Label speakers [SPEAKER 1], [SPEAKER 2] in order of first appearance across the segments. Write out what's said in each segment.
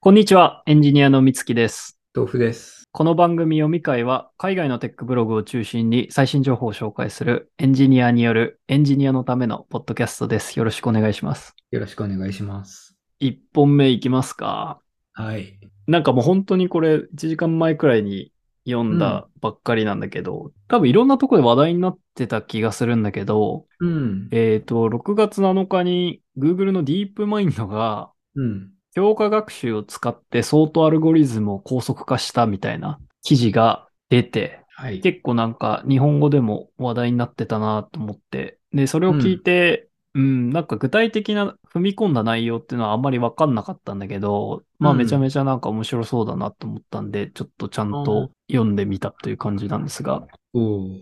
[SPEAKER 1] こんにちは、エンジニアのみつきです。
[SPEAKER 2] 豆腐です。
[SPEAKER 1] この番組読み会は、海外のテックブログを中心に最新情報を紹介するエンジニアによるエンジニアのためのポッドキャストです。よろしくお願いします。
[SPEAKER 2] よろしくお願いします。
[SPEAKER 1] 1本目いきますか。
[SPEAKER 2] はい。
[SPEAKER 1] なんかもう本当にこれ1時間前くらいに読んだばっかりなんだけど、多分いろんなとこで話題になってた気がするんだけど、
[SPEAKER 2] うん。
[SPEAKER 1] えっ、と、6月7日に Google の DeepMind が
[SPEAKER 2] うん。
[SPEAKER 1] 強化学習を使って相当アルゴリズムを高速化したみたいな記事が出て、
[SPEAKER 2] はい。
[SPEAKER 1] 結構なんか日本語でも話題になってたなと思って、で、それを聞いて、うん、なんか具体的な踏み込んだ内容っていうのはあんまりわかんなかったんだけど、まあ
[SPEAKER 2] うん
[SPEAKER 1] めちゃめちゃなんか面白そうだなと思ったんで、ちょっとちゃん
[SPEAKER 2] う
[SPEAKER 1] と読んでみたという感じなんですが、
[SPEAKER 2] おー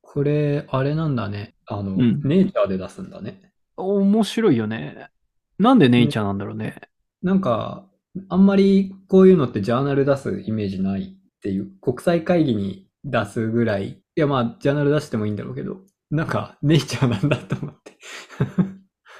[SPEAKER 2] これ、あれなんだね。あの、
[SPEAKER 1] ん
[SPEAKER 2] ネイチャーで出すんだね。
[SPEAKER 1] 面白いよね。なんでネイチャーなんだろうね。
[SPEAKER 2] なんか、あんまりこういうのってジャーナル出すイメージないっていう、国際会議に出すぐらい、いやまあ、ジャーナル出してもいいんだろうけど、なんか、ネイチャーなんだと思って。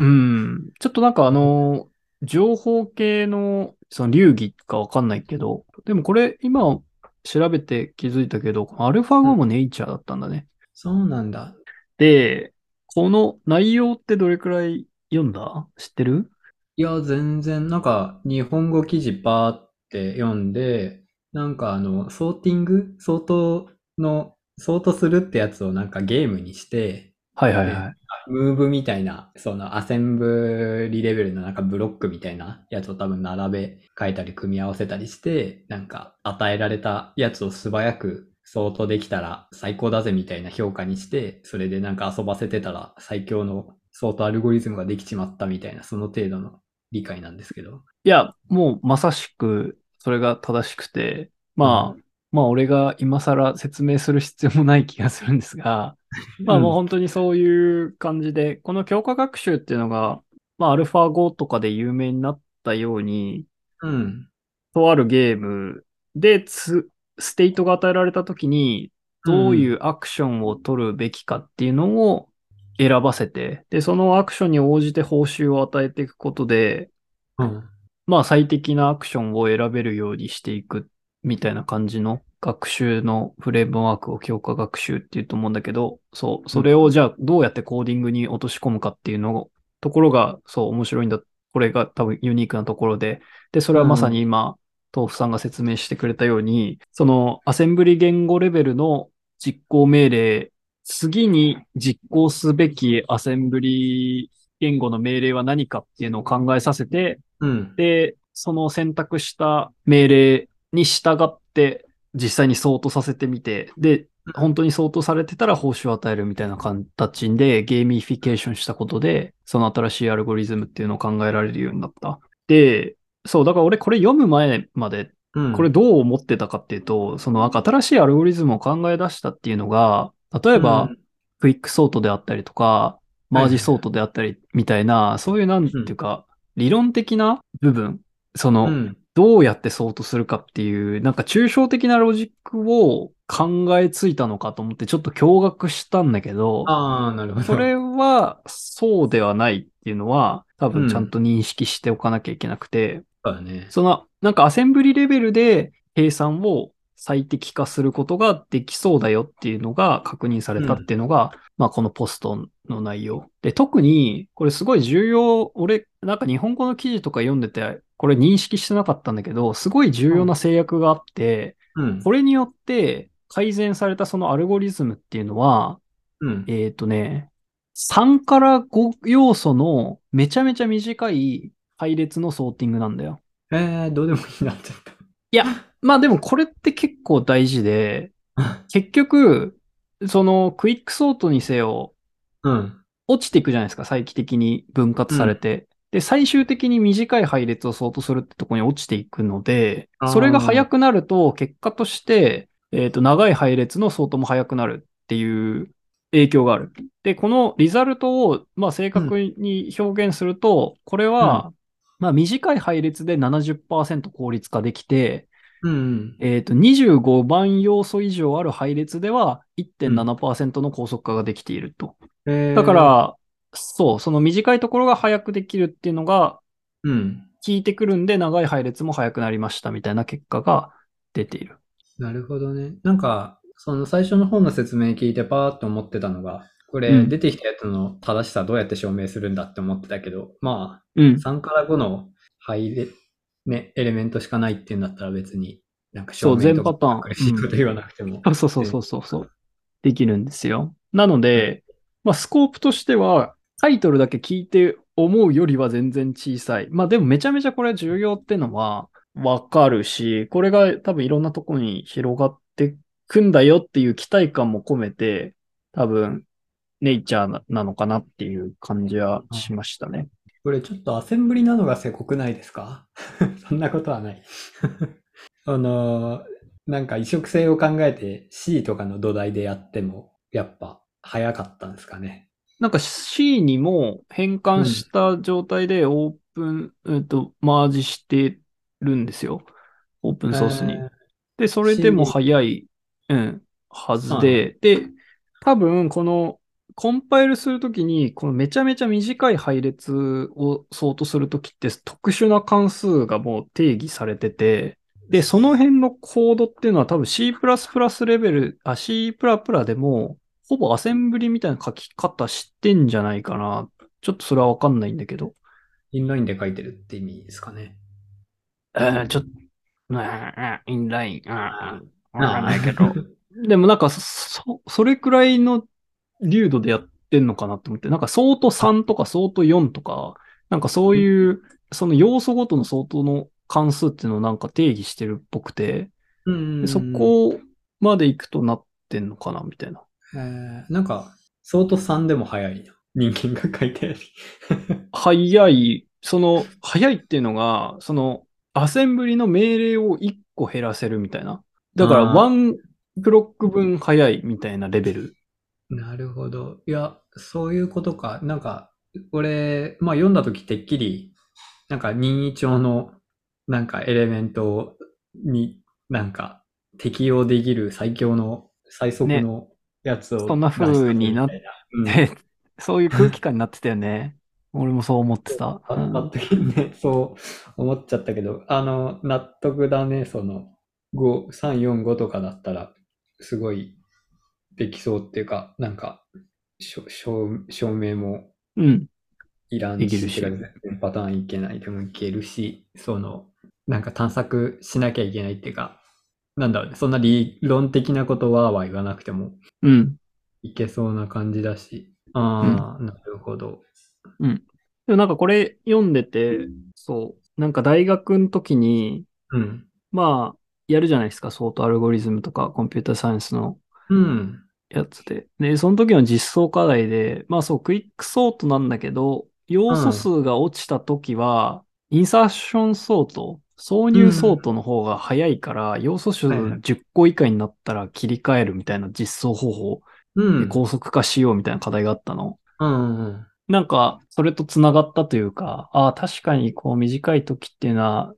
[SPEAKER 1] うん。ちょっとなんかあの、情報系の、その流儀かわかんないけど、でもこれ今調べて気づいたけど、アルファ語もネイチャーだったんだね。
[SPEAKER 2] そうなんだ。
[SPEAKER 1] で、この内容ってどれくらい読んだ知ってる
[SPEAKER 2] いや、全然、なんか、日本語記事パーって読んで、なんかあの、ソーティング相当の、相当するってやつをなんかゲームにして、
[SPEAKER 1] はいはい。
[SPEAKER 2] はいムーブみたいな、そのアセンブリレベルのなんかブロックみたいなやつを多分並べ替えたり組み合わせたりして、なんか与えられたやつを素早く相当できたら最高だぜみたいな評価にして、それでなんか遊ばせてたら最強の相当アルゴリズムができちまったみたいな、その程度の理解なんですけど。
[SPEAKER 1] いや、もうまさしくそれが正しくて、まあ、まあ俺が今更説明する必要もない気がするんですが、まあもう本当にそういう感じで、この強化学習っていうのが、まあアルファ5とかで有名になったように、
[SPEAKER 2] うん。
[SPEAKER 1] とあるゲームでつステートが与えられたときに、どういうアクションを取るべきかっていうのを選ばせて、で、そのアクションに応じて報酬を与えていくことで、
[SPEAKER 2] うん。
[SPEAKER 1] まあ最適なアクションを選べるようにしていくみたいな感じの学習のフレームワークを強化学習っていうと思うんだけど、そう、それをじゃあどうやってコーディングに落とし込むかっていうのを、ところが、そう、面白いんだ。これが多分ユニークなところで、で、それはまさに今、豆腐さんが説明してくれたように、そのアセンブリ言語レベルの実行命令、次に実行すべきアセンブリ言語の命令は何かっていうのを考えさせて、
[SPEAKER 2] うん。
[SPEAKER 1] で、その選択した命令に従って、実際に相当させてみて、で、本当に相当されてたら報酬を与えるみたいな形でゲーミフィケーションしたことで、その新しいアルゴリズムっていうのを考えられるようになった。で、そう、だから俺これ読む前まで
[SPEAKER 2] うん。
[SPEAKER 1] これどう思ってたかっていうと、そのなんか新しいアルゴリズムを考え出したっていうのが、例えば、クイックソートであったりとか、マージソートであったりみたいな、そういうなんていうか、理論的な部分、そ
[SPEAKER 2] うん、
[SPEAKER 1] の、
[SPEAKER 2] うん。
[SPEAKER 1] どうやってソートするかっていう、なんか抽象的なロジックを考えついたのかと思ってちょっと驚愕したんだけど、
[SPEAKER 2] ああ、なるほど。
[SPEAKER 1] それはそうではないっていうのは、多分ちゃんと認識しておかなきゃいけなくて、
[SPEAKER 2] そうだね。
[SPEAKER 1] その、なんかアセンブリレベルで計算を最適化することができそうだよっていうのが確認されたっていうのが、まあこのポストの内容。で、特にこれすごい重要、俺、なんか日本語の記事とか読んでて、これ認識してなかったんだけど、すごい重要な制約があって、
[SPEAKER 2] うん。
[SPEAKER 1] これによって改善されたそのアルゴリズムっていうのは、
[SPEAKER 2] うん。
[SPEAKER 1] えっ、とね、3から5要素のめちゃめちゃ短い配列のソーティングなんだよ。
[SPEAKER 2] えー、どうでもいいなっちゃった。
[SPEAKER 1] まあでもこれって結構大事で、結局、そのクイックソートにせよ、
[SPEAKER 2] うん。
[SPEAKER 1] 落ちていくじゃないですか、再帰的に分割されて。で、最終的に短い配列をソートするってとこに落ちていくので
[SPEAKER 2] あ、ー
[SPEAKER 1] それが早くなると、結果として、えっ、と、長い配列のソートも早くなるっていう影響がある。で、このリザルトを、まあ、正確に表現すると、これは、まあ、短い配列で70%効率化できて、
[SPEAKER 2] うん。
[SPEAKER 1] えっと、25番要素以上ある配列では1.7%の高速化ができていると。
[SPEAKER 2] えー
[SPEAKER 1] だか、ら、そう、その短いところが早くできるっていうのが、
[SPEAKER 2] うん。
[SPEAKER 1] 効いてくるんで、長い配列も早くなりましたみたいな結果が出ている。
[SPEAKER 2] なるほどね。なんか、その最初の方の説明聞いてパーっと思ってたのが、こ
[SPEAKER 1] う
[SPEAKER 2] れ
[SPEAKER 1] ん
[SPEAKER 2] 出てきたやつの正しさどうやって証明するんだって思ってたけど、ま
[SPEAKER 1] うん
[SPEAKER 2] あ、。3から5の配列、ね、エレメントしかないっていうんだったら別に、なんか証
[SPEAKER 1] そう、
[SPEAKER 2] 明
[SPEAKER 1] 全
[SPEAKER 2] と
[SPEAKER 1] パ
[SPEAKER 2] か
[SPEAKER 1] ターン。
[SPEAKER 2] 苦しいこと言わなくても。
[SPEAKER 1] あそうそうそうそうそう。できるんですよ。なので、まあ、スコープとしては、タイトルだけ聞いて思うよりは全然小さい。まあでもめちゃめちゃこれ重要ってのはわかるし、これが多分いろんなとこに広がってくんだよっていう期待感も込めて、多分ネイチャーななのかなっていう感じはしましたね。
[SPEAKER 2] これちょっとアセンブリなのがせこくないですか そんなことはない。 あのー、なんか移植性を考えて C とかの土台でやっても、やっぱ早かったんですかね。
[SPEAKER 1] なんか C にも変換した状態でオープン、うんと、マージしてるんですよ。オープンソースに。
[SPEAKER 2] えー
[SPEAKER 1] で、それでも早い、うん、はずで、で、多分このコンパイルするときに、このめちゃめちゃ短い配列を相当するときって特殊な関数がもう定義されてて、で、その辺のコードっていうのは多分 C++ レベル、あ、C++ でも、ほぼアセンブリみたいな書き方してんじゃないかな。ちょっとそれはわかんないんだけど。
[SPEAKER 2] インラインで書いてるって意味ですかね。
[SPEAKER 1] うん、ちょっと、うん、インライン、うん、わかん
[SPEAKER 2] あ
[SPEAKER 1] ないけ ど。でもなんか、そ、それくらいの流度でやってんのかなって思って、なんか相当3とか相当4とか、なんかそういう、その要素ごとの相当の関数っていうのをなんか定義してるっぽくて、でそ、こまで行くとなってんのかなみたいな。
[SPEAKER 2] えーなんか、相当3でも早いな。人間が書いたより。
[SPEAKER 1] 早い、その、早いっていうのが、その、アセンブリの命令を1個減らせるみたいな。だから、
[SPEAKER 2] あー
[SPEAKER 1] ワンクロック分早いみたいなレベル。
[SPEAKER 2] なるほど。いや、そういうことか。なんか、俺、まあ読んだときてっきり、なんか任意帳の、なんかエレメントに、なんか適用できる最強の、最速
[SPEAKER 1] ね
[SPEAKER 2] のやつを出
[SPEAKER 1] そんな
[SPEAKER 2] してくるみたいな。
[SPEAKER 1] 風になっ
[SPEAKER 2] うん
[SPEAKER 1] ね、そういう空気感になってたよね。俺もそう思ってた。
[SPEAKER 2] あ
[SPEAKER 1] うん
[SPEAKER 2] った時にね、そう思っちゃったけど、あの、納得だね、その、5、3、4、5とかだったら、すごいできそうっていうか、なんか、しょ証証明も
[SPEAKER 1] うん。
[SPEAKER 2] いらん
[SPEAKER 1] できるして
[SPEAKER 2] か全パターンいけないでもいけるし、その、なんか探索しなきゃいけないっていうか、なんだろうね、そんな理論的なことはは言わなくても
[SPEAKER 1] うん。
[SPEAKER 2] いけそうな感じだし、ああ、なるほど。
[SPEAKER 1] でもなんかこれ読んでて、そう。なんか大学の時に、
[SPEAKER 2] うん。
[SPEAKER 1] まあ、やるじゃないですか。相当アルゴリズムとかコンピューターサイエンスの
[SPEAKER 2] うん。
[SPEAKER 1] やつで。で、その時の実装課題で、まあそう、クイックソートなんだけど、要素数が落ちた時は、インサーションソート、挿入ソートの方が早いから、要素数
[SPEAKER 2] はいはい
[SPEAKER 1] 10個以下になったら切り替えるみたいな実装方法
[SPEAKER 2] う
[SPEAKER 1] で
[SPEAKER 2] ん。
[SPEAKER 1] 高速化しようみたいな課題があったの。
[SPEAKER 2] うんうんうん。
[SPEAKER 1] なんか、それと繋がったというか、ああ、確かにこう短い時っていうのは、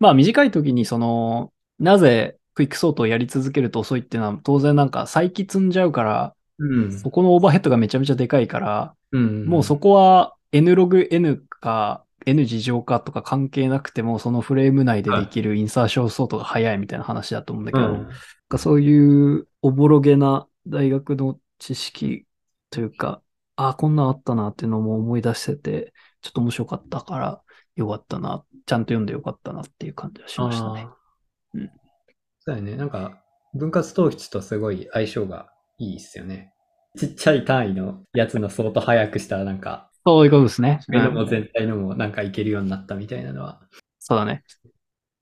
[SPEAKER 1] まあ短い時にその、なぜクイックソートをやり続けると遅いっていうのは、当然なんか再起積んじゃうから、
[SPEAKER 2] うん。
[SPEAKER 1] そこのオーバーヘッドがめちゃめちゃでかいから、
[SPEAKER 2] うん
[SPEAKER 1] もうそこは N ログ N か N 事情かとか関係なくても、そのフレーム内でできるインサーションソートが早いみたいな話だと思うんだけど、なんかそういうおぼろげな大学の知識というか、ああ、こんなんあったなっていうのも思い出してて、ちょっと面白かったから、よかったな、ちゃんと読んでよかったなっていう感じはしましたね。
[SPEAKER 2] あー
[SPEAKER 1] うん
[SPEAKER 2] そうだよね。なんか、分割統一とすごい相性がいいっすよね。ちっちゃい単位のやつの相当早くしたらなんか、
[SPEAKER 1] そういうことですね。
[SPEAKER 2] 目のも
[SPEAKER 1] うん
[SPEAKER 2] 全体のもなんかいけるようになったみたいなのは。
[SPEAKER 1] そうだね。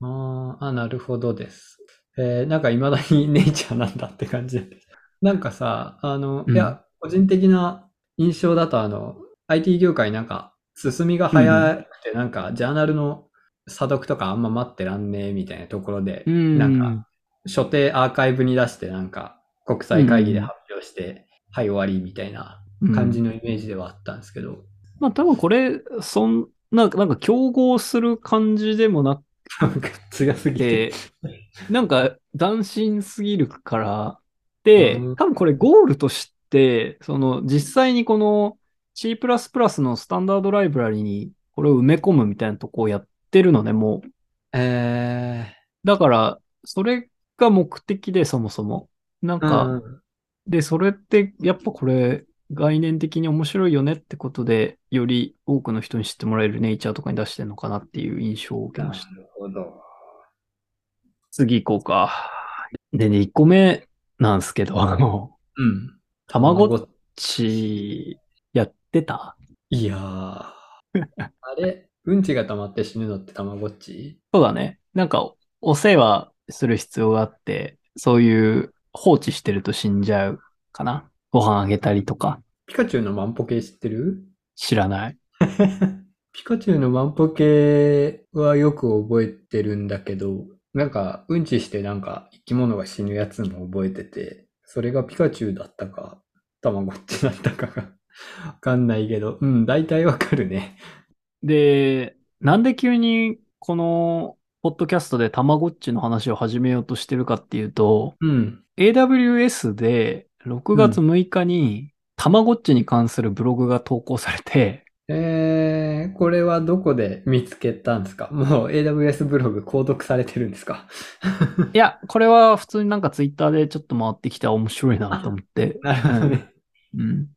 [SPEAKER 2] あーあ、なるほどです。えーなんか未だにネイチャーなんだって感じだけどなんかさ、あの、
[SPEAKER 1] うん
[SPEAKER 2] いや、個人的な印象だと、あの、IT 業界なんか進みが早くて、なんかジャーナルの査読とかあんま待ってらんねえみたいなところで、
[SPEAKER 1] うん。
[SPEAKER 2] なんか、所定アーカイブに出して、なんか国際会議で発表して、はい、終わりみたいな感じ
[SPEAKER 1] うん
[SPEAKER 2] のイメージではあったんですけど、
[SPEAKER 1] まあ多分これ、そんな、なんか競合する感じでもなく
[SPEAKER 2] なんか強すぎて。
[SPEAKER 1] で、なんか斬新すぎるから、で
[SPEAKER 2] うん、
[SPEAKER 1] 多分これゴールとして、その実際にこの C++ のスタンダードライブラリにこれを埋め込むみたいなとこをやっってるのね、もう。
[SPEAKER 2] え
[SPEAKER 1] だから、それが目的で、そもそも。なん
[SPEAKER 2] ー、
[SPEAKER 1] か、
[SPEAKER 2] うん
[SPEAKER 1] で、それって、やっぱこれ、概念的に面白いよねってことで、より多くの人に知ってもらえるネイチャーとかに出してるのかなっていう印象を受け
[SPEAKER 2] な
[SPEAKER 1] ま
[SPEAKER 2] る
[SPEAKER 1] した。
[SPEAKER 2] ほど。
[SPEAKER 1] 次行こうか。でね、1個目なんですけど、あの、
[SPEAKER 2] うん。
[SPEAKER 1] たまごっちやってた
[SPEAKER 2] いやー。 あれ、うんちが溜まって死ぬのってたまごっち
[SPEAKER 1] そうだね。なんか、お世話する必要があって、そういう放置してると死んじゃうかな。ご飯あげたりとか。
[SPEAKER 2] ピカチュウの万歩計知って る
[SPEAKER 1] 知らない。
[SPEAKER 2] ピカチュウの万歩計はよく覚えてるんだけど、なんか、うんちしてなんか生き物が死ぬやつも覚えてて、それがピカチュウだったか、たまごっちだったかがわかんないけど、うん、大体わかるね。
[SPEAKER 1] で、なんで急にこのポッドキャストでたまごっちの話を始めようとしてるかっていうと、
[SPEAKER 2] うん。
[SPEAKER 1] AWS で6月6日にたまごっちに関するブログが投稿されて、
[SPEAKER 2] えー、これはどこで見つけたんですか もう AWS ブログ購読されてるんですか
[SPEAKER 1] いや、これは普通になんかツイッターでちょっと回ってきた面白いなと思って、
[SPEAKER 2] なるほどね。
[SPEAKER 1] うん。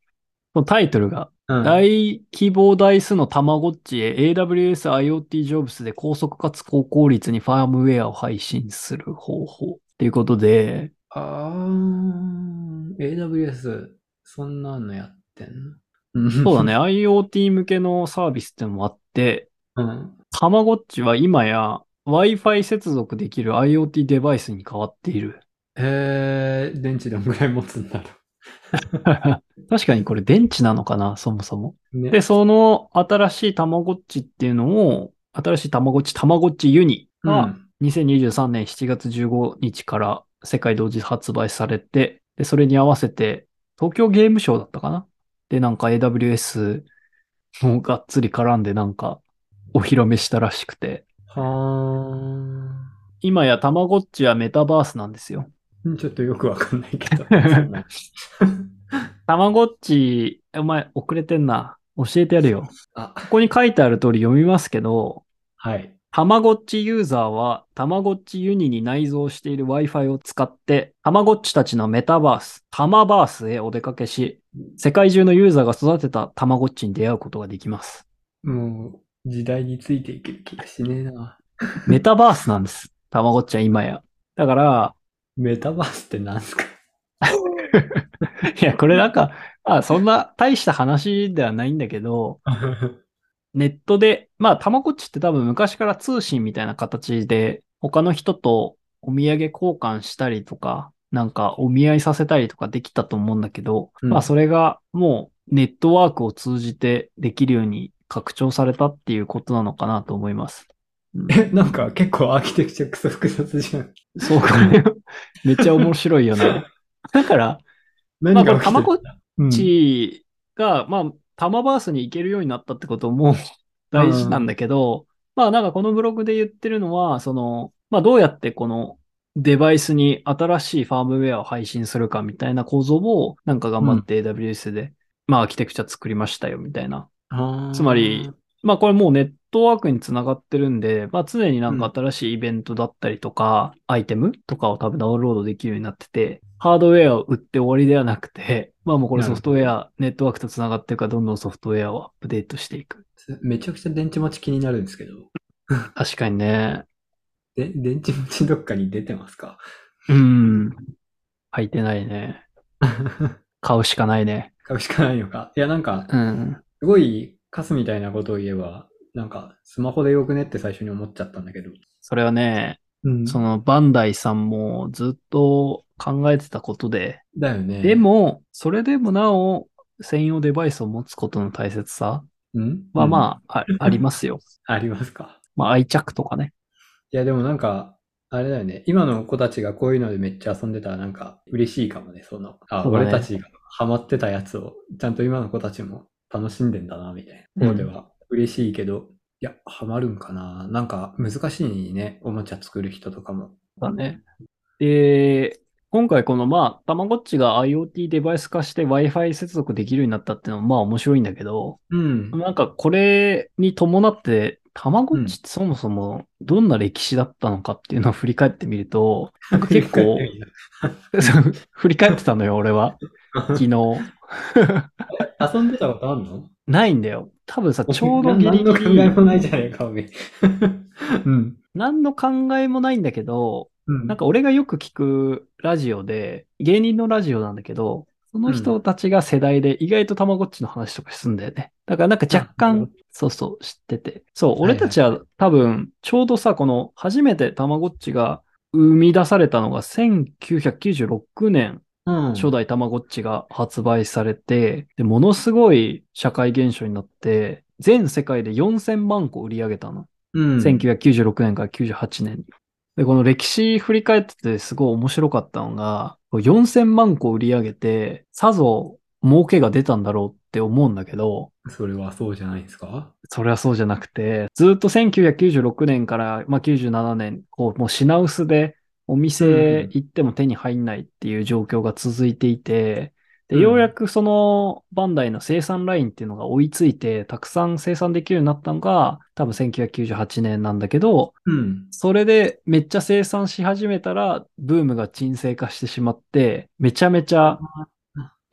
[SPEAKER 1] そのタイトルが、
[SPEAKER 2] うん
[SPEAKER 1] 大規模台数のたまごっちへ AWS IoT ジョブスで高速かつ高効率にファームウェアを配信する方法っていうことで、
[SPEAKER 2] あー、AWS、そんなのやってんの
[SPEAKER 1] そうだ。ね、IoT 向けのサービスってのもあって、
[SPEAKER 2] うん。
[SPEAKER 1] たまごっちは今や Wi-Fi 接続できる IoT デバイスに変わっている。
[SPEAKER 2] えー、電池どんぐらい持つんだろ
[SPEAKER 1] 確かにこれ電池なのかな、そもそも。
[SPEAKER 2] う。ね。
[SPEAKER 1] で、その新しいたまごっちっていうのを、新しいたまごっち、たまごっちユニ
[SPEAKER 2] う
[SPEAKER 1] が
[SPEAKER 2] ん。
[SPEAKER 1] 2023年7月15日から世界同時発売されて、で、それに合わせて東京ゲームショウだったかなで、なんか AWS もがっつり絡んでなんかお披露目したらしくて、
[SPEAKER 2] は
[SPEAKER 1] 今やたまごっちはメタバースなんですよ。
[SPEAKER 2] ー。ちょっとよくわかんないけど。そんな
[SPEAKER 1] たまごっち、お前遅れてんな。教えてやるよ。
[SPEAKER 2] あ、
[SPEAKER 1] ここに書いてある通り読みますけど、
[SPEAKER 2] はい。
[SPEAKER 1] たまごっちユーザーは、たまごっちユニに内蔵している Wi-Fi を使って、たまごっちたちのメタバース、たまバースへお出かけし、世界中のユーザーが育てたたまごっちに出会うことができます。
[SPEAKER 2] もう、時代についていける気がしねえな。
[SPEAKER 1] メタバースなんです。たまごっちは今や。だから、
[SPEAKER 2] メタバースってなんすか
[SPEAKER 1] いや、これなんか、あ、そんな大した話ではないんだけど、ネットで、まあ、たまごっちって多分昔から通信みたいな形で、他の人とお土産交換したりとか、なんかお見合いさせたりとかできたと思うんだけど、
[SPEAKER 2] うん
[SPEAKER 1] まあ、それがもうネットワークを通じてできるように拡張されたっていうことなのかなと思います。うん
[SPEAKER 2] え、なんか結構アーキテクチャクソ複雑じゃん。
[SPEAKER 1] そうこれ めっちゃ面白いよね。だから、まあ、
[SPEAKER 2] 何
[SPEAKER 1] この
[SPEAKER 2] が起きて
[SPEAKER 1] た
[SPEAKER 2] る
[SPEAKER 1] まごっ
[SPEAKER 2] うん
[SPEAKER 1] ちが、まあ、タマバースに行けるようになったってことも 大事なんだけど、まあなんかこのブログで言ってるのは、その、まあどうやってこのデバイスに新しいファームウェアを配信するかみたいな構造をなんか頑張って AWS で、まあアーキテクチャ作りましたよみたいな。
[SPEAKER 2] あー
[SPEAKER 1] つまり、まあこれもうネットワークにつながってるんで、まあ常になんか新しいイベントだったりとか、アイテムとかを多分ダウンロードできるようになってて、ハードウェアを売って終わりではなくて、 まあもうこれソフトウェア、ネットワークとつながってるからどんどんソフトウェアをアップデートしていく。
[SPEAKER 2] めちゃくちゃ電池持ち気になるんですけど、
[SPEAKER 1] 確かにね。
[SPEAKER 2] で電池持ちどっかに出てますか
[SPEAKER 1] うん。入ってないね。買うしかないね。
[SPEAKER 2] 買うしかないのか。いや、なんか、
[SPEAKER 1] うん。
[SPEAKER 2] すごいカスみたいなことを言えば、なんか、スマホでよくねって最初に思っちゃったんだけど。
[SPEAKER 1] それはね、
[SPEAKER 2] うん
[SPEAKER 1] そのバンダイさんもずっと考えてたことで、
[SPEAKER 2] だよね。
[SPEAKER 1] で、も、それでもなお、専用デバイスを持つことの大切さ
[SPEAKER 2] うん
[SPEAKER 1] は
[SPEAKER 2] あ、
[SPEAKER 1] まあ、あありますよ。
[SPEAKER 2] ありますか。
[SPEAKER 1] まあ、愛着とかね。
[SPEAKER 2] いや、でもなんか、あれだよね。今の子たちがこういうのでめっちゃ遊んでたらなんか嬉しいかもね。その、あ、
[SPEAKER 1] そうだね
[SPEAKER 2] 俺たちがハマってたやつを、ちゃんと今の子たちも楽しんでんだな、みたい
[SPEAKER 1] う
[SPEAKER 2] な。こ
[SPEAKER 1] ん
[SPEAKER 2] うでは嬉しいけど、いや、ハマるんかな。なんか難しいね。おもちゃ作る人とかも。
[SPEAKER 1] だね。で、今回このまあ、たまごっちが IoT デバイス化して Wi-Fi 接続できるようになったっていうのもまあ面白いんだけど、
[SPEAKER 2] うん。
[SPEAKER 1] なんかこれに伴ってたまごっちってそもそもどんな歴史だったのかっていうのを振り返ってみると、なんか結構、そう振り返ってたのよ、俺は。昨日。
[SPEAKER 2] 遊んでたことあんの
[SPEAKER 1] ないんだよ。多分 さ、ちょうどギリ
[SPEAKER 2] 何の
[SPEAKER 1] ギ
[SPEAKER 2] 考
[SPEAKER 1] リ。
[SPEAKER 2] えもないじゃねえか、おめえ うん。
[SPEAKER 1] 何の考えもないんだけど、
[SPEAKER 2] うん
[SPEAKER 1] なんか俺がよく聞くラジオで、芸人のラジオなんだけど、その人たちが世代で意外とたまごっちの話とかするんだよね。だからなんか若
[SPEAKER 2] あなる
[SPEAKER 1] 干、そうそう、知ってて。そう、
[SPEAKER 2] はいはい
[SPEAKER 1] 俺たちは多分、ちょうどさ、この初めてたまごっちが生み出されたのが1996年
[SPEAKER 2] うん。
[SPEAKER 1] 初代たまごっちが発売されて、で、ものすごい社会現象になって、全世界で4000万個売り上げたの。
[SPEAKER 2] うん。
[SPEAKER 1] 1996年から98年に。で、この歴史振り返っててすごい面白かったのが、4000万個売り上げて、さぞ儲けが出たんだろうって思うんだけど、
[SPEAKER 2] それはそうじゃないですか
[SPEAKER 1] それはそうじゃなくて、ずっと1996年から、まあ、97年、こう、もう品薄でお店行っても手に入んないっていう状況が続いていて、
[SPEAKER 2] う
[SPEAKER 1] で、
[SPEAKER 2] ん
[SPEAKER 1] ようやくそのバンダイの生産ラインっていうのが追いついて、たくさん生産できるようになったのが、多分1998年なんだけど、
[SPEAKER 2] うん。
[SPEAKER 1] それでめっちゃ生産し始めたら、ブームが沈静化してしまって、めちゃめちゃ、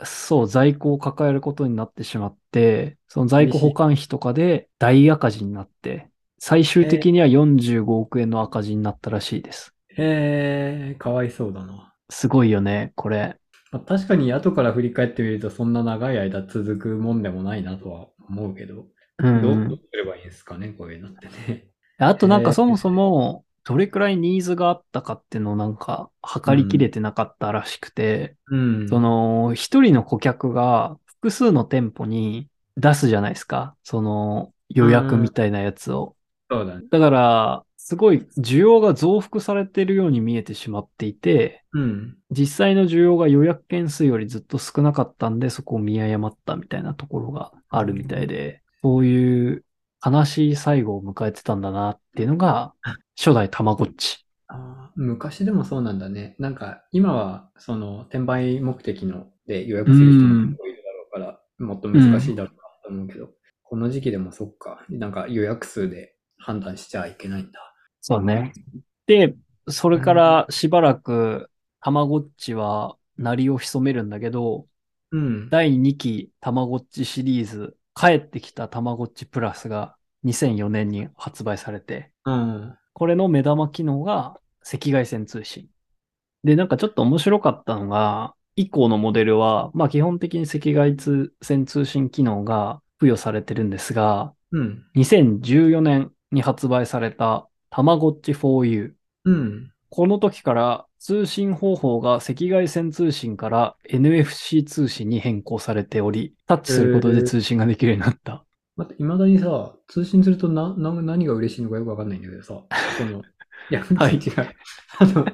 [SPEAKER 1] そう、在庫を抱えることになってしまって、その在庫保管費とかで大赤字になって、最終的には45億円の赤字になったらしいです。
[SPEAKER 2] えー、かわいそうだな。
[SPEAKER 1] すごいよね、これ。
[SPEAKER 2] まあ、確かに後から振り返ってみるとそんな長い間続くもんでもないなとは思うけど、
[SPEAKER 1] うん
[SPEAKER 2] ど
[SPEAKER 1] う
[SPEAKER 2] うんどうすればいいんですかね、こういうのってね。
[SPEAKER 1] あとなん
[SPEAKER 2] えー
[SPEAKER 1] かそもそも、どれくらいニーズがあったかっていうのをなんか測りきれてなかったらしくて、
[SPEAKER 2] うん。
[SPEAKER 1] その、一人の顧客が複数の店舗に出すじゃないですか。その、予約みたいなやつを。
[SPEAKER 2] そうだね。
[SPEAKER 1] だから、すごい需要が増幅されてるように見えてしまっていて、
[SPEAKER 2] うん。
[SPEAKER 1] 実際の需要が予約件数よりずっと少なかったんで、そこを見誤ったみたいなところがあるみたいで、そういう悲しい最後を迎えてたんだなっていうのが、初代たまごっち。
[SPEAKER 2] あー昔でもそうなんだね。なんか今はその転売目的ので予約する人も多いだろうから、もっと難しいだろうなと思うけど、この時期でもそっか、なんか予約数で判断しちゃいけないんだ。
[SPEAKER 1] そうね。で、それからしばらく、たまごっちは鳴りを潜めるんだけど、
[SPEAKER 2] うん。
[SPEAKER 1] 第2期たまごっちシリーズ、帰ってきたたまごっちプラスが2004年に発売されて、
[SPEAKER 2] うん。
[SPEAKER 1] これの目玉機能が赤外線通信。で、なんかちょっと面白かったのが、以降のモデルは、まあ基本的に赤外通線通信機能が付与されてるんですが、
[SPEAKER 2] うん。
[SPEAKER 1] 2014年に発売されたたまごっち 4U。
[SPEAKER 2] うん。
[SPEAKER 1] この時から通信方法が赤外線通信から NFC 通信に変更されており、タッチすることで通信ができるようになった。
[SPEAKER 2] 待って、未だにさ、通信するとな、な、何が嬉しいのかよくわかんないんだけどさ、その、いや、
[SPEAKER 1] はい
[SPEAKER 2] 違う。あの、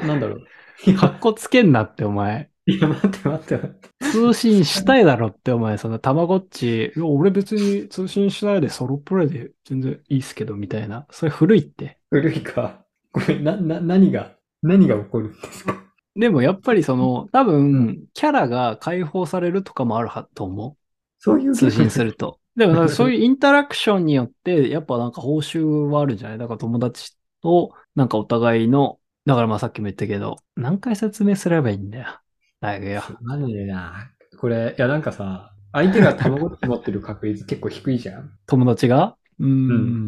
[SPEAKER 2] な、なんだろう。い
[SPEAKER 1] かっ
[SPEAKER 2] や、
[SPEAKER 1] こつけんなってお前。
[SPEAKER 2] いや、待って待って待って。
[SPEAKER 1] 通信したいだろってお前、そのたまごっち、いや俺別に通信しないでソロプレイで全然いいっすけどみたいな。それ古いって。
[SPEAKER 2] 古いか。ごめん、な、な、何が、何が起こるんですか
[SPEAKER 1] でもやっぱりその、多分、キャラが解放されるとかもあるはと思う。
[SPEAKER 2] そういう
[SPEAKER 1] 通信す
[SPEAKER 2] る。
[SPEAKER 1] ると。 でもなんかそういうインタラクションによって、やっぱなんか報酬はあるんじゃないだから友達と、なんかお互いの、だからまあさっきも言ったけど、何回説明すればいいんだよ。だけよ。
[SPEAKER 2] マジでな。これ、いや、なんかさ、相手が卵持ってる確率結構低いじゃん。
[SPEAKER 1] 友達がうーん,、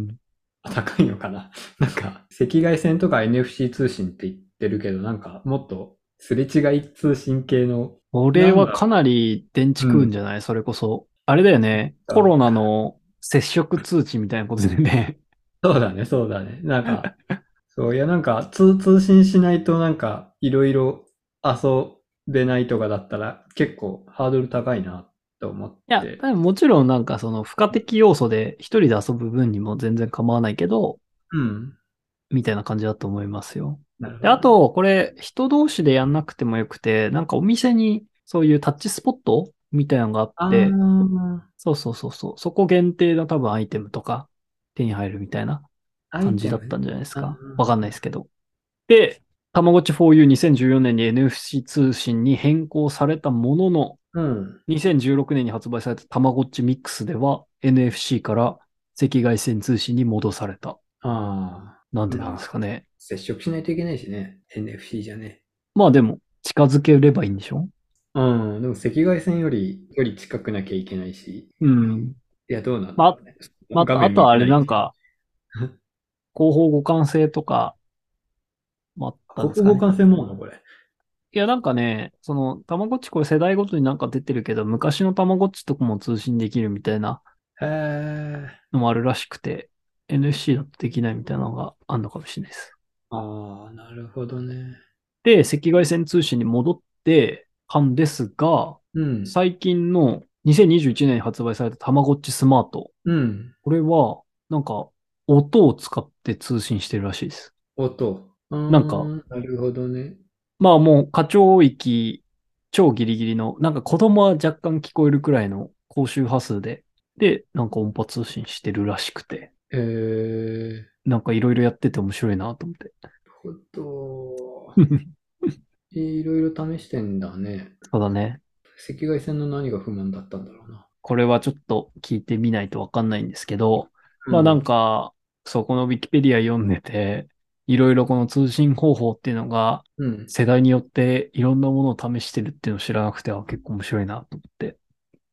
[SPEAKER 2] 高いのかななんか、赤外線とか NFC 通信って言ってるけど、なんか、もっと、すれ違い通信系の、
[SPEAKER 1] これはかなり電池食うんじゃない、それこそ。あれだよね。
[SPEAKER 2] うん
[SPEAKER 1] コロナの接触通知みたいなことでね。
[SPEAKER 2] そうだね、そうだね。なんか、そう、いや、なんか、通、通信しないと、なんか、いろいろ遊べないとかだったら、結構、ハードル高いな、と思 っ
[SPEAKER 1] いや、
[SPEAKER 2] て。
[SPEAKER 1] もちろんなんかその付加的要素で一人で遊ぶ分にも全然構わないけど、
[SPEAKER 2] うん。
[SPEAKER 1] みたいな感じだと思いますよ。
[SPEAKER 2] なるほ
[SPEAKER 1] で、
[SPEAKER 2] ど。
[SPEAKER 1] あ、と、これ、人同士でやんなくてもよくて、なんかお店にそういうタッチスポットみたいなのがあ
[SPEAKER 2] あ
[SPEAKER 1] って、
[SPEAKER 2] ー
[SPEAKER 1] そうそうそうそう、そこ限定の多分アイテムとか手に入るみたいな感じだったんじゃないです
[SPEAKER 2] アイ
[SPEAKER 1] か
[SPEAKER 2] テムね。
[SPEAKER 1] わかんないですけど。で、たまごっち 4U2014 年に NFC 通信に変更されたものの、
[SPEAKER 2] うん。
[SPEAKER 1] 2016年に発売されたたまごっちミックスでは NFC から赤外線通信に戻された。
[SPEAKER 2] ああ、
[SPEAKER 1] なんでなんですかね。
[SPEAKER 2] 接触しないといけないしね。NFC じゃね。
[SPEAKER 1] まあでも、近づければいいんでしょ
[SPEAKER 2] うん、でも赤外線より、より近くなきゃいけないし。
[SPEAKER 1] うん。
[SPEAKER 2] いや、どうなん
[SPEAKER 1] ま
[SPEAKER 2] だろうね。
[SPEAKER 1] ま
[SPEAKER 2] 画
[SPEAKER 1] た、
[SPEAKER 2] 面
[SPEAKER 1] あとはあれ
[SPEAKER 2] 見て
[SPEAKER 1] ないん か、広報互換性とか、まああったんですか
[SPEAKER 2] けど。
[SPEAKER 1] ね
[SPEAKER 2] 国語感染もあるのこれ。
[SPEAKER 1] いや、なんかね、その、たまごっちこれ世代ごとになんか出てるけど、昔のたまごっちとかも通信できるみたいな
[SPEAKER 2] へえ。
[SPEAKER 1] のもあるらしくて、NFC だとできないみたいなのがあるのかもしれないです。
[SPEAKER 2] ああ、なるほどね。
[SPEAKER 1] で、赤外線通信に戻ってたんですが、
[SPEAKER 2] うん。
[SPEAKER 1] 最近の2021年に発売されたたまごっちスマート。
[SPEAKER 2] うん。
[SPEAKER 1] これは、なんか、音を使って通信してるらしいです。
[SPEAKER 2] 音。な
[SPEAKER 1] なんか
[SPEAKER 2] なるほどね。
[SPEAKER 1] まあもう、課長域、超ギリギリの、なんか子供は若干聞こえるくらいの高周波数で、で、なんか音波通信してるらしくて、
[SPEAKER 2] えー、
[SPEAKER 1] なんかいろいろやってて面白いなと思って。
[SPEAKER 2] 音。いろいろ試してんだね。
[SPEAKER 1] ただね、
[SPEAKER 2] 赤外線の何が不満だったんだろうな。
[SPEAKER 1] これはちょっと聞いてみないとわかんないんですけど、まあなん
[SPEAKER 2] か、
[SPEAKER 1] か、そう、このウィキペディア読んでて、いろいろこの通信方法っていうのが
[SPEAKER 2] うん。
[SPEAKER 1] 世代によっていろんなものを試してるっていうのを知らなくては結構面白いなと思って、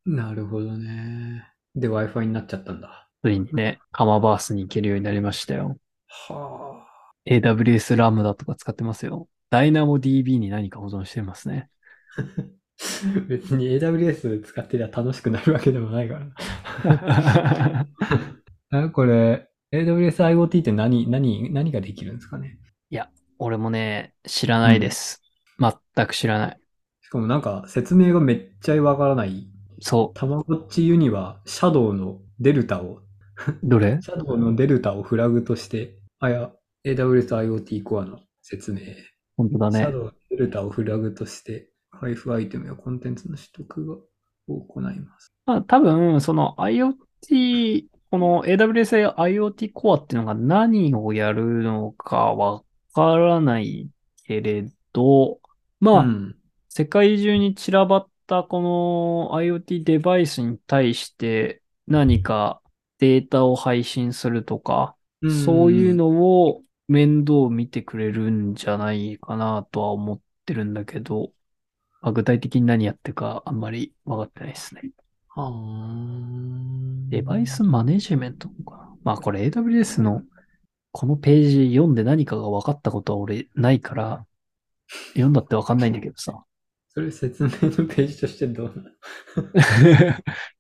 [SPEAKER 2] なるほどね。で、Wi-Fi になっちゃったんだ。
[SPEAKER 1] ついにね、カマバースに行けるようになりましたよ。
[SPEAKER 2] はあ。
[SPEAKER 1] AWS ラムダとか使ってますよ。ダイナモ DB に何か保存してますね。
[SPEAKER 2] 別に AWS 使ってりゃ楽しくなるわけでもないからな。えこれ、AWS IoT って何、何、何ができるんですかね
[SPEAKER 1] 俺もね、知らないです。全く知らない。
[SPEAKER 2] しかもなんか説明がめっちゃわからない。
[SPEAKER 1] そ
[SPEAKER 2] たまごっちユニはシャドウのデルタを、
[SPEAKER 1] う。どれ
[SPEAKER 2] シャドウのデルタをフラグとして、あや、AWS IoT コアの説明。
[SPEAKER 1] 本当だ
[SPEAKER 2] シ
[SPEAKER 1] ね
[SPEAKER 2] ャ。ドウのデルタをフラグとして、配布アイテムやコンテンツの取得を行います。
[SPEAKER 1] まあ多分、その IoT、この AWS IoT コアっていうのが何をやるのかわからないけれど、まあ、
[SPEAKER 2] うん。
[SPEAKER 1] 世界中に散らばったこの IoT デバイスに対して何かデータを配信するとか、そういうのを面倒見てくれるんじゃないかなとは思ってるんだけど、まあ具体的に何やってるかあんまり分かってないですね。
[SPEAKER 2] はー
[SPEAKER 1] デバイスマネジメントかな。まあこれ AWS のこのページ読んで何かが分かったことは俺ないから、読んだって分かんないんだけどさ。
[SPEAKER 2] それ説明のページとしてどうな の
[SPEAKER 1] い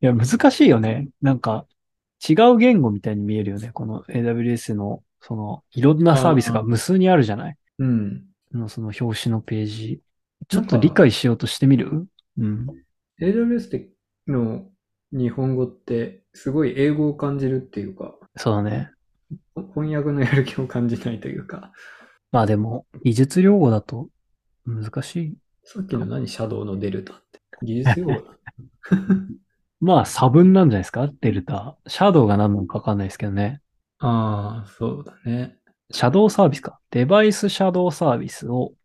[SPEAKER 1] や、難しいよね。なんか、違う言語みたいに見えるよね。この AWS の、その、いろんなサービスが無数にあるじゃない
[SPEAKER 2] うん。
[SPEAKER 1] の、その表紙のページ。ちょ
[SPEAKER 2] な
[SPEAKER 1] っ
[SPEAKER 2] んか
[SPEAKER 1] と理解しようとしてみるうん。
[SPEAKER 2] AWS の日本語ってすごい英語を感じるっていうか、
[SPEAKER 1] そうだね。
[SPEAKER 2] 翻訳のやる気を感じないというか、
[SPEAKER 1] まあでも、技術用語だと難しい。
[SPEAKER 2] さっきの何、シャドウのデルタって。技術用語だ。
[SPEAKER 1] まあ、差分なんじゃないですかデルタ。シャドウが何なのかわかんないですけどね。
[SPEAKER 2] ああ、そうだね。
[SPEAKER 1] シャドウサービスか。デバイスシャドウサービスを、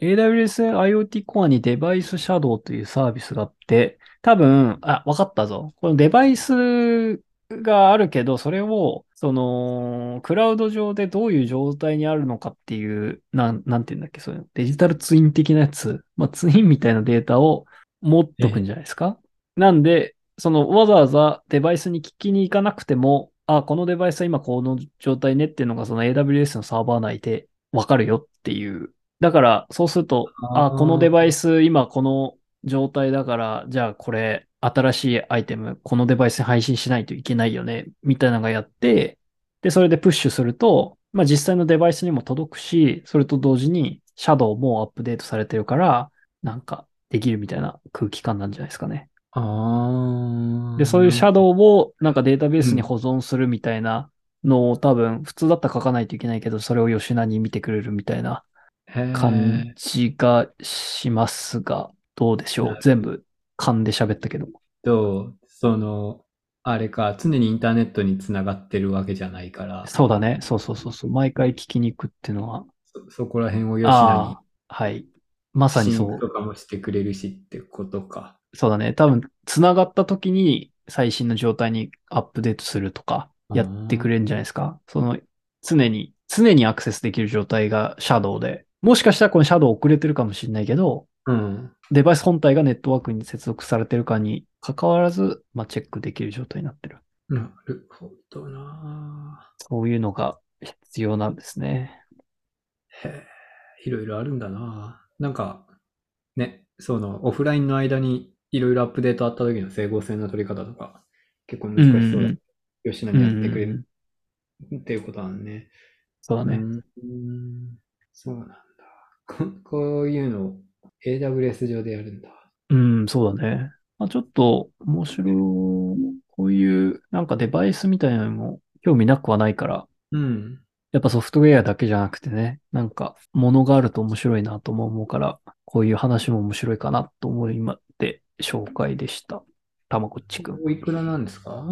[SPEAKER 1] AWS IoT Core にデバイスシャドウというサービスがあって、多分、あ、わかったぞ。このデバイスがあるけど、それを、その、クラウド上でどういう状態にあるのかっていう、なん、なんて言うんだっけ、そういうのデジタルツイン的なやつ、まあ、ツインみたいなデータを持っとくんじゃないですか。なんで、そのわざわざデバイスに聞きに行かなくても、あ、このデバイスは今この状態ねっていうのがその AWS のサーバー内でわかるよっていう。だから、そうすると、あ、
[SPEAKER 2] あー
[SPEAKER 1] このデバイス今この状態だから、じゃあこれ新しいアイテム、このデバイスに配信しないといけないよね、みたいなのがやって、で、それでプッシュすると、まあ実際のデバイスにも届くし、それと同時にシャドウもアップデートされてるから、なんかできるみたいな空気感なんじゃないですかね。
[SPEAKER 2] ああ。
[SPEAKER 1] で、そういうシャドウをなんかデータベースに保存するみたいなのを多分普通だったら書かないといけないけど、それを吉田に見てくれるみたいな
[SPEAKER 2] へー
[SPEAKER 1] 感じがしますが、どうでしょ
[SPEAKER 2] なる
[SPEAKER 1] う
[SPEAKER 2] ほど
[SPEAKER 1] 全部勘で喋ったけど。
[SPEAKER 2] と、その、あれか、常にインターネットにつながってるわけじゃないから、
[SPEAKER 1] そうだね。そうそうそうそう。毎回聞きに行くっていうのは、
[SPEAKER 2] そそこら辺を吉田に
[SPEAKER 1] ああ、はい。まさに
[SPEAKER 2] シ
[SPEAKER 1] そ
[SPEAKER 2] ンク
[SPEAKER 1] う。
[SPEAKER 2] とかもしてくれるしってことか。
[SPEAKER 1] そうだね。多分、つながった時に最新の状態にアップデートするとか、やってくれるんじゃないですか。その、常に、常にアクセスできる状態がシャドウで。もしかしたらこのシャドウ遅れてるかもしれないけど、
[SPEAKER 2] うん。
[SPEAKER 1] デバイス本体がネットワークに接続されてるかに関わらず、まあ、チェックできる状態になってる。
[SPEAKER 2] なるほどな
[SPEAKER 1] そういうのが必要なんですね。
[SPEAKER 2] へえ、いろいろあるんだななんか、ね、その、オフラインの間にいろいろアップデートあった時の整合性の取り方とか、結構難しそ
[SPEAKER 1] う
[SPEAKER 2] う
[SPEAKER 1] んう
[SPEAKER 2] だ
[SPEAKER 1] ん。
[SPEAKER 2] 吉野にやってくれ
[SPEAKER 1] うんうん
[SPEAKER 2] るっていうことなんね。
[SPEAKER 1] そうだね。
[SPEAKER 2] うん。そうなんだ。ここういうのを AWS 上でやるんだ。
[SPEAKER 1] うん、そうだね。まあ、ちょっと面白い、こういうなんかデバイスみたいなのも興味なくはないから、
[SPEAKER 2] うん。
[SPEAKER 1] やっぱソフトウェアだけじゃなくてね、なんか物があると面白いなとも思うから、こういう話も面白いかなと思いまって紹介でした。たまごっちくん。
[SPEAKER 2] おいくらなんですか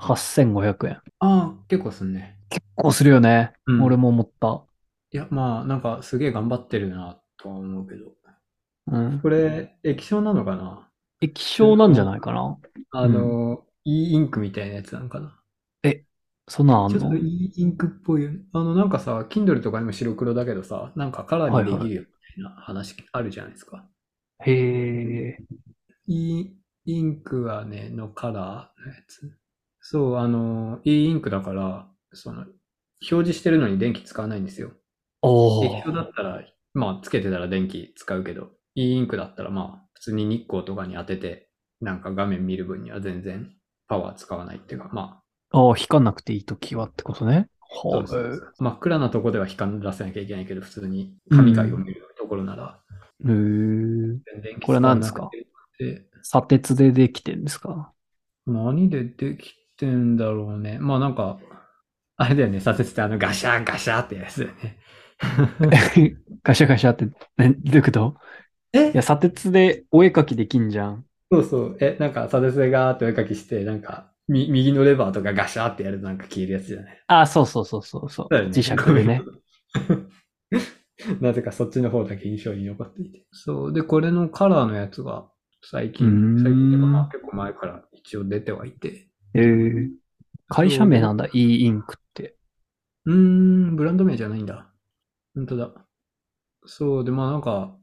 [SPEAKER 1] 8500円。
[SPEAKER 2] ああ、結構すんね。
[SPEAKER 1] 結構するよね。
[SPEAKER 2] うん
[SPEAKER 1] 俺も思った。
[SPEAKER 2] いや、まあ、なんかすげえ頑張ってるなとは思うけど。
[SPEAKER 1] うん。
[SPEAKER 2] これ、液晶なのかな
[SPEAKER 1] 液晶なんじゃないかな。
[SPEAKER 2] あの、e インクみたいなやつなんかな
[SPEAKER 1] そんなんあん
[SPEAKER 2] ちょっ
[SPEAKER 1] の
[SPEAKER 2] と e インクっぽいよね。あの、なんかさ、Kindle とかにも白黒だけどさ、なんかカラーにできるよみたいな話あるじゃないですか。
[SPEAKER 1] へえ。
[SPEAKER 2] E インクはね、のカラーのやつ。そう、あの、E インクだから、その、表示してるのに電気使わないんですよ。
[SPEAKER 1] お
[SPEAKER 2] 液
[SPEAKER 1] ー
[SPEAKER 2] 晶だったら、まあ、つけてたら電気使うけど、E インクだったら、まあ、普通に日光とかに当てて、なんか画面見る分には全然パワー使わないっていうか、ま
[SPEAKER 1] ああ、光んなくていいときはってことね。
[SPEAKER 2] あ、
[SPEAKER 1] は
[SPEAKER 2] そうそう
[SPEAKER 1] あ。
[SPEAKER 2] そう真っ暗なとこでは光らせなきゃいけないけど、普通に神回を見るところなら、
[SPEAKER 1] へえ。
[SPEAKER 2] 全然電気
[SPEAKER 1] これ
[SPEAKER 2] 使わ
[SPEAKER 1] 何
[SPEAKER 2] な
[SPEAKER 1] です
[SPEAKER 2] く
[SPEAKER 1] か
[SPEAKER 2] てよくて
[SPEAKER 1] 砂鉄でできてるんですか
[SPEAKER 2] 何でできてんだろうね。まあなんか、あれだよね、左折ってあのガシャンガシャンってやつだよね。
[SPEAKER 1] ガシャガシャって、ね、どういうこと
[SPEAKER 2] え
[SPEAKER 1] いや、砂鉄でお絵描きできんじゃん。
[SPEAKER 2] そうそう。え、なんか左折でガーってお絵かきして、なんか、み右のレバーとかガシャーってやるとなんか消えるやつじゃない。
[SPEAKER 1] あ、そうそうそうそう そう、磁石でね。。
[SPEAKER 2] なぜかそっちの方だけ印象に残っていて。そう。で、これのカラーのやつが最近
[SPEAKER 1] うーん、
[SPEAKER 2] 最近でもまあ結構前から一応出てはいて。
[SPEAKER 1] えー、会社名なんだ、e インクって。
[SPEAKER 2] うーん、ブランド名じゃないんだ。本当だ。そう、で、まあなんか、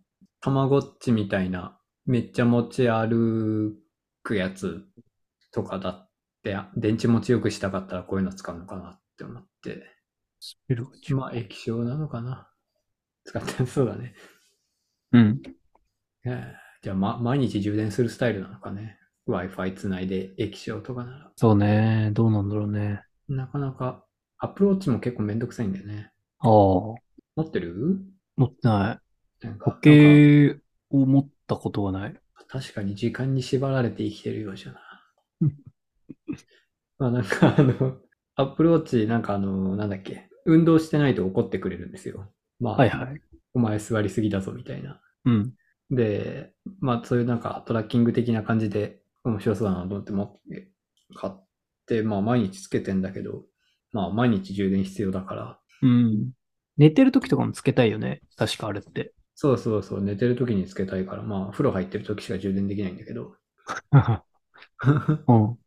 [SPEAKER 2] たまごっちみたいな、めっちゃ持ち歩くやつとかだって、あ電池持ちよくしたかったらこういうの使うのかなって思って。まあ液晶なのかな。使ってそうだね。
[SPEAKER 1] うん。
[SPEAKER 2] えーじゃあ、ま、毎日充電するスタイルなのかね。Wi-Fi つないで液晶とかなら。
[SPEAKER 1] そうね。どうなんだろうね。
[SPEAKER 2] なかなか、アプローチも結構めんどくさいんだよね。
[SPEAKER 1] ああ、持
[SPEAKER 2] 持ってる
[SPEAKER 1] ってない。
[SPEAKER 2] なんか
[SPEAKER 1] 時計を持ったことはない。
[SPEAKER 2] 確かに時間に縛られて生きてるようじゃな
[SPEAKER 1] うん。
[SPEAKER 2] まあなんかあの、アップローチなんかあの、なんだっけ、運動してないと怒ってくれるんですよ。まあ、
[SPEAKER 1] はいはい。
[SPEAKER 2] お前座りすぎだぞみたいな。
[SPEAKER 1] うん。
[SPEAKER 2] で、まあそういうなんかトラッキング的な感じで面白そうだなと思って持って買って、まあ毎日つけてんだけど、まあ毎日充電必要だから、
[SPEAKER 1] うん。寝てる時とかもつけたいよね。確かあれ って。
[SPEAKER 2] そうそうそう、寝てる時につけたいから、まあ風呂入ってる時しか充電できないんだけど、
[SPEAKER 1] うん。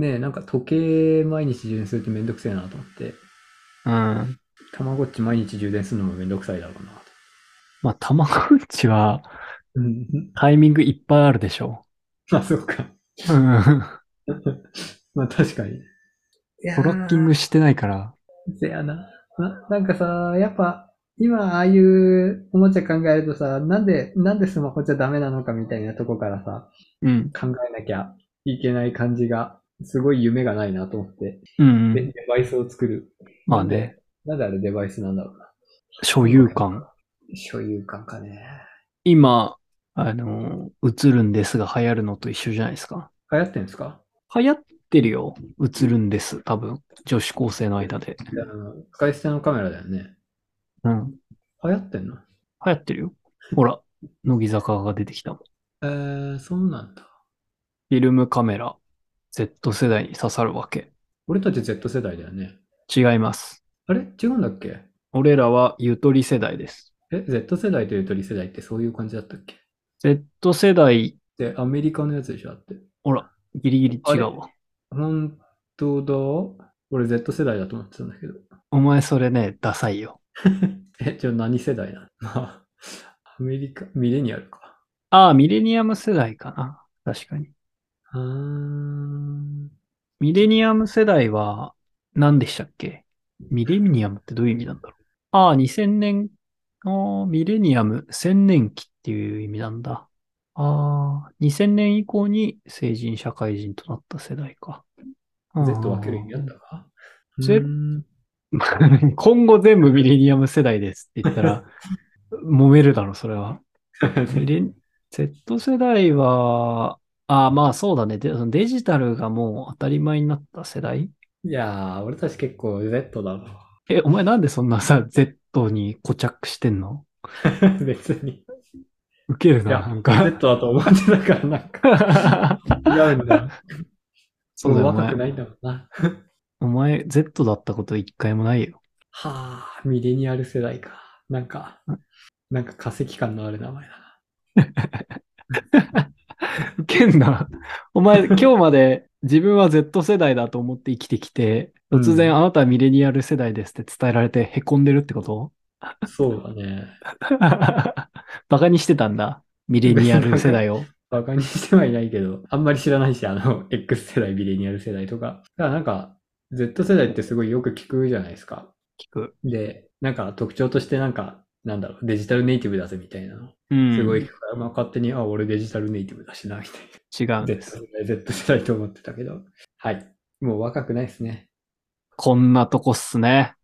[SPEAKER 2] ねえ、なんか時計毎日充電するってめんどくせえなと思って、
[SPEAKER 1] うん。
[SPEAKER 2] たまごっち毎日充電するのもめんどくさいだろうなと。
[SPEAKER 1] まあ、たまごっちは
[SPEAKER 2] うん。
[SPEAKER 1] タイミングいっぱいあるでしょ
[SPEAKER 2] あ、そうか。
[SPEAKER 1] う。うん。
[SPEAKER 2] まあ確かに。
[SPEAKER 1] トラッキングしてないから。
[SPEAKER 2] せやな。な、なんかさ、やっぱ、今ああいうおもちゃ考えるとさ、なんで、なんでスマホじゃダメなのかみたいなとこからさ、
[SPEAKER 1] うん。
[SPEAKER 2] 考えなきゃいけない感じが、すごい夢がないなと思って、
[SPEAKER 1] うんう
[SPEAKER 2] で
[SPEAKER 1] ん。
[SPEAKER 2] デバイスを作る。
[SPEAKER 1] まあね、
[SPEAKER 2] なんであれデバイスなんだろうな。
[SPEAKER 1] 所有感。
[SPEAKER 2] 所有感かね。
[SPEAKER 1] 今、あのー、映るんですが流行るのと一緒じゃないですか。
[SPEAKER 2] 流行ってんですか
[SPEAKER 1] 流行ってるよ。映るんです。多分。女子高生の間で。
[SPEAKER 2] あの使い捨てのカメラだよね。
[SPEAKER 1] うん。
[SPEAKER 2] 流行ってんの
[SPEAKER 1] 流行ってるよ。ほら、乃木坂が出てきたもん。
[SPEAKER 2] えー、そうなんだ。
[SPEAKER 1] フィルムカメラ、Z 世代に刺さるわけ。
[SPEAKER 2] 俺たち Z 世代だよね。
[SPEAKER 1] 違います。
[SPEAKER 2] あれ違うんだっけ
[SPEAKER 1] 俺らはゆとり世代です。
[SPEAKER 2] え、Z 世代とゆとり世代ってそういう感じだったっけ
[SPEAKER 1] Z 世代、
[SPEAKER 2] で、アメリカのやつでしょだって。
[SPEAKER 1] ギリギリ違うわ。
[SPEAKER 2] 本当だ俺 Z 世代だと思ってたんだけど。
[SPEAKER 1] お前それね、ダサいよ。
[SPEAKER 2] え、じゃあ何世代なの まあ、アメリカ、ミレニアルか。
[SPEAKER 1] ああ、ミレニアム世代かな。確かに。
[SPEAKER 2] あー
[SPEAKER 1] ミレニアム世代は何でしたっけミレニアムってどういう意味なんだろうああ、2000年。ああ、ミレニアム、1000年期っていう意味なんだ。ああ、2000年以降に成人社会人となった世代か。
[SPEAKER 2] Z 分ける意味あったか
[SPEAKER 1] ゼ
[SPEAKER 2] うーん
[SPEAKER 1] ああ 今後全部ミレニアム世代ですって言った ら、揉めるだろ、それは。ミレ Z 世代は、ああ、まあそうだね。でそのデジタルがもう当たり前になった世代
[SPEAKER 2] いやー、俺たち結構 Z だろ。
[SPEAKER 1] え、お前なんでそんなさ、Z に固着してんの
[SPEAKER 2] 別に。
[SPEAKER 1] ウケる
[SPEAKER 2] い
[SPEAKER 1] な、
[SPEAKER 2] や
[SPEAKER 1] なん、か。
[SPEAKER 2] Z だと思ってたから、なんか。 違うんだ。
[SPEAKER 1] そうだよ
[SPEAKER 2] も
[SPEAKER 1] ね
[SPEAKER 2] 若くないんだろうな。
[SPEAKER 1] お前、Z だったこと一回もないよ。
[SPEAKER 2] はあ、ミレニアル世代か。なんか、なんか化石感のある名前だな。
[SPEAKER 1] ウケんな。お 前、今日まで自分は Z 世代だと思って生きてきて、突
[SPEAKER 2] う
[SPEAKER 1] 然
[SPEAKER 2] ん
[SPEAKER 1] あなたはミレニアル世代ですって伝えられてへこんでるってこと
[SPEAKER 2] そうだね。
[SPEAKER 1] バカにしてたんだ。ミレニアル世代 を。
[SPEAKER 2] バカにしてはいないけど、あんまり知らないし、あの、X 世代、ミレニアル世代とか。だからなんか、Z 世代ってすごいよく聞くじゃないですか。
[SPEAKER 1] 聞く。
[SPEAKER 2] で、なんか特徴としてなんか、なんだろう、デジタルネイティブだぜみたいなの。
[SPEAKER 1] うん。
[SPEAKER 2] すごい聞くから、まあ勝手に、あ、俺デジタルネイティブだしな、みたいな。
[SPEAKER 1] 違うんで
[SPEAKER 2] Z
[SPEAKER 1] す。
[SPEAKER 2] 世代、Z 世代と思ってたけど。はい。もう若くないですね。
[SPEAKER 1] こんなとこっすね。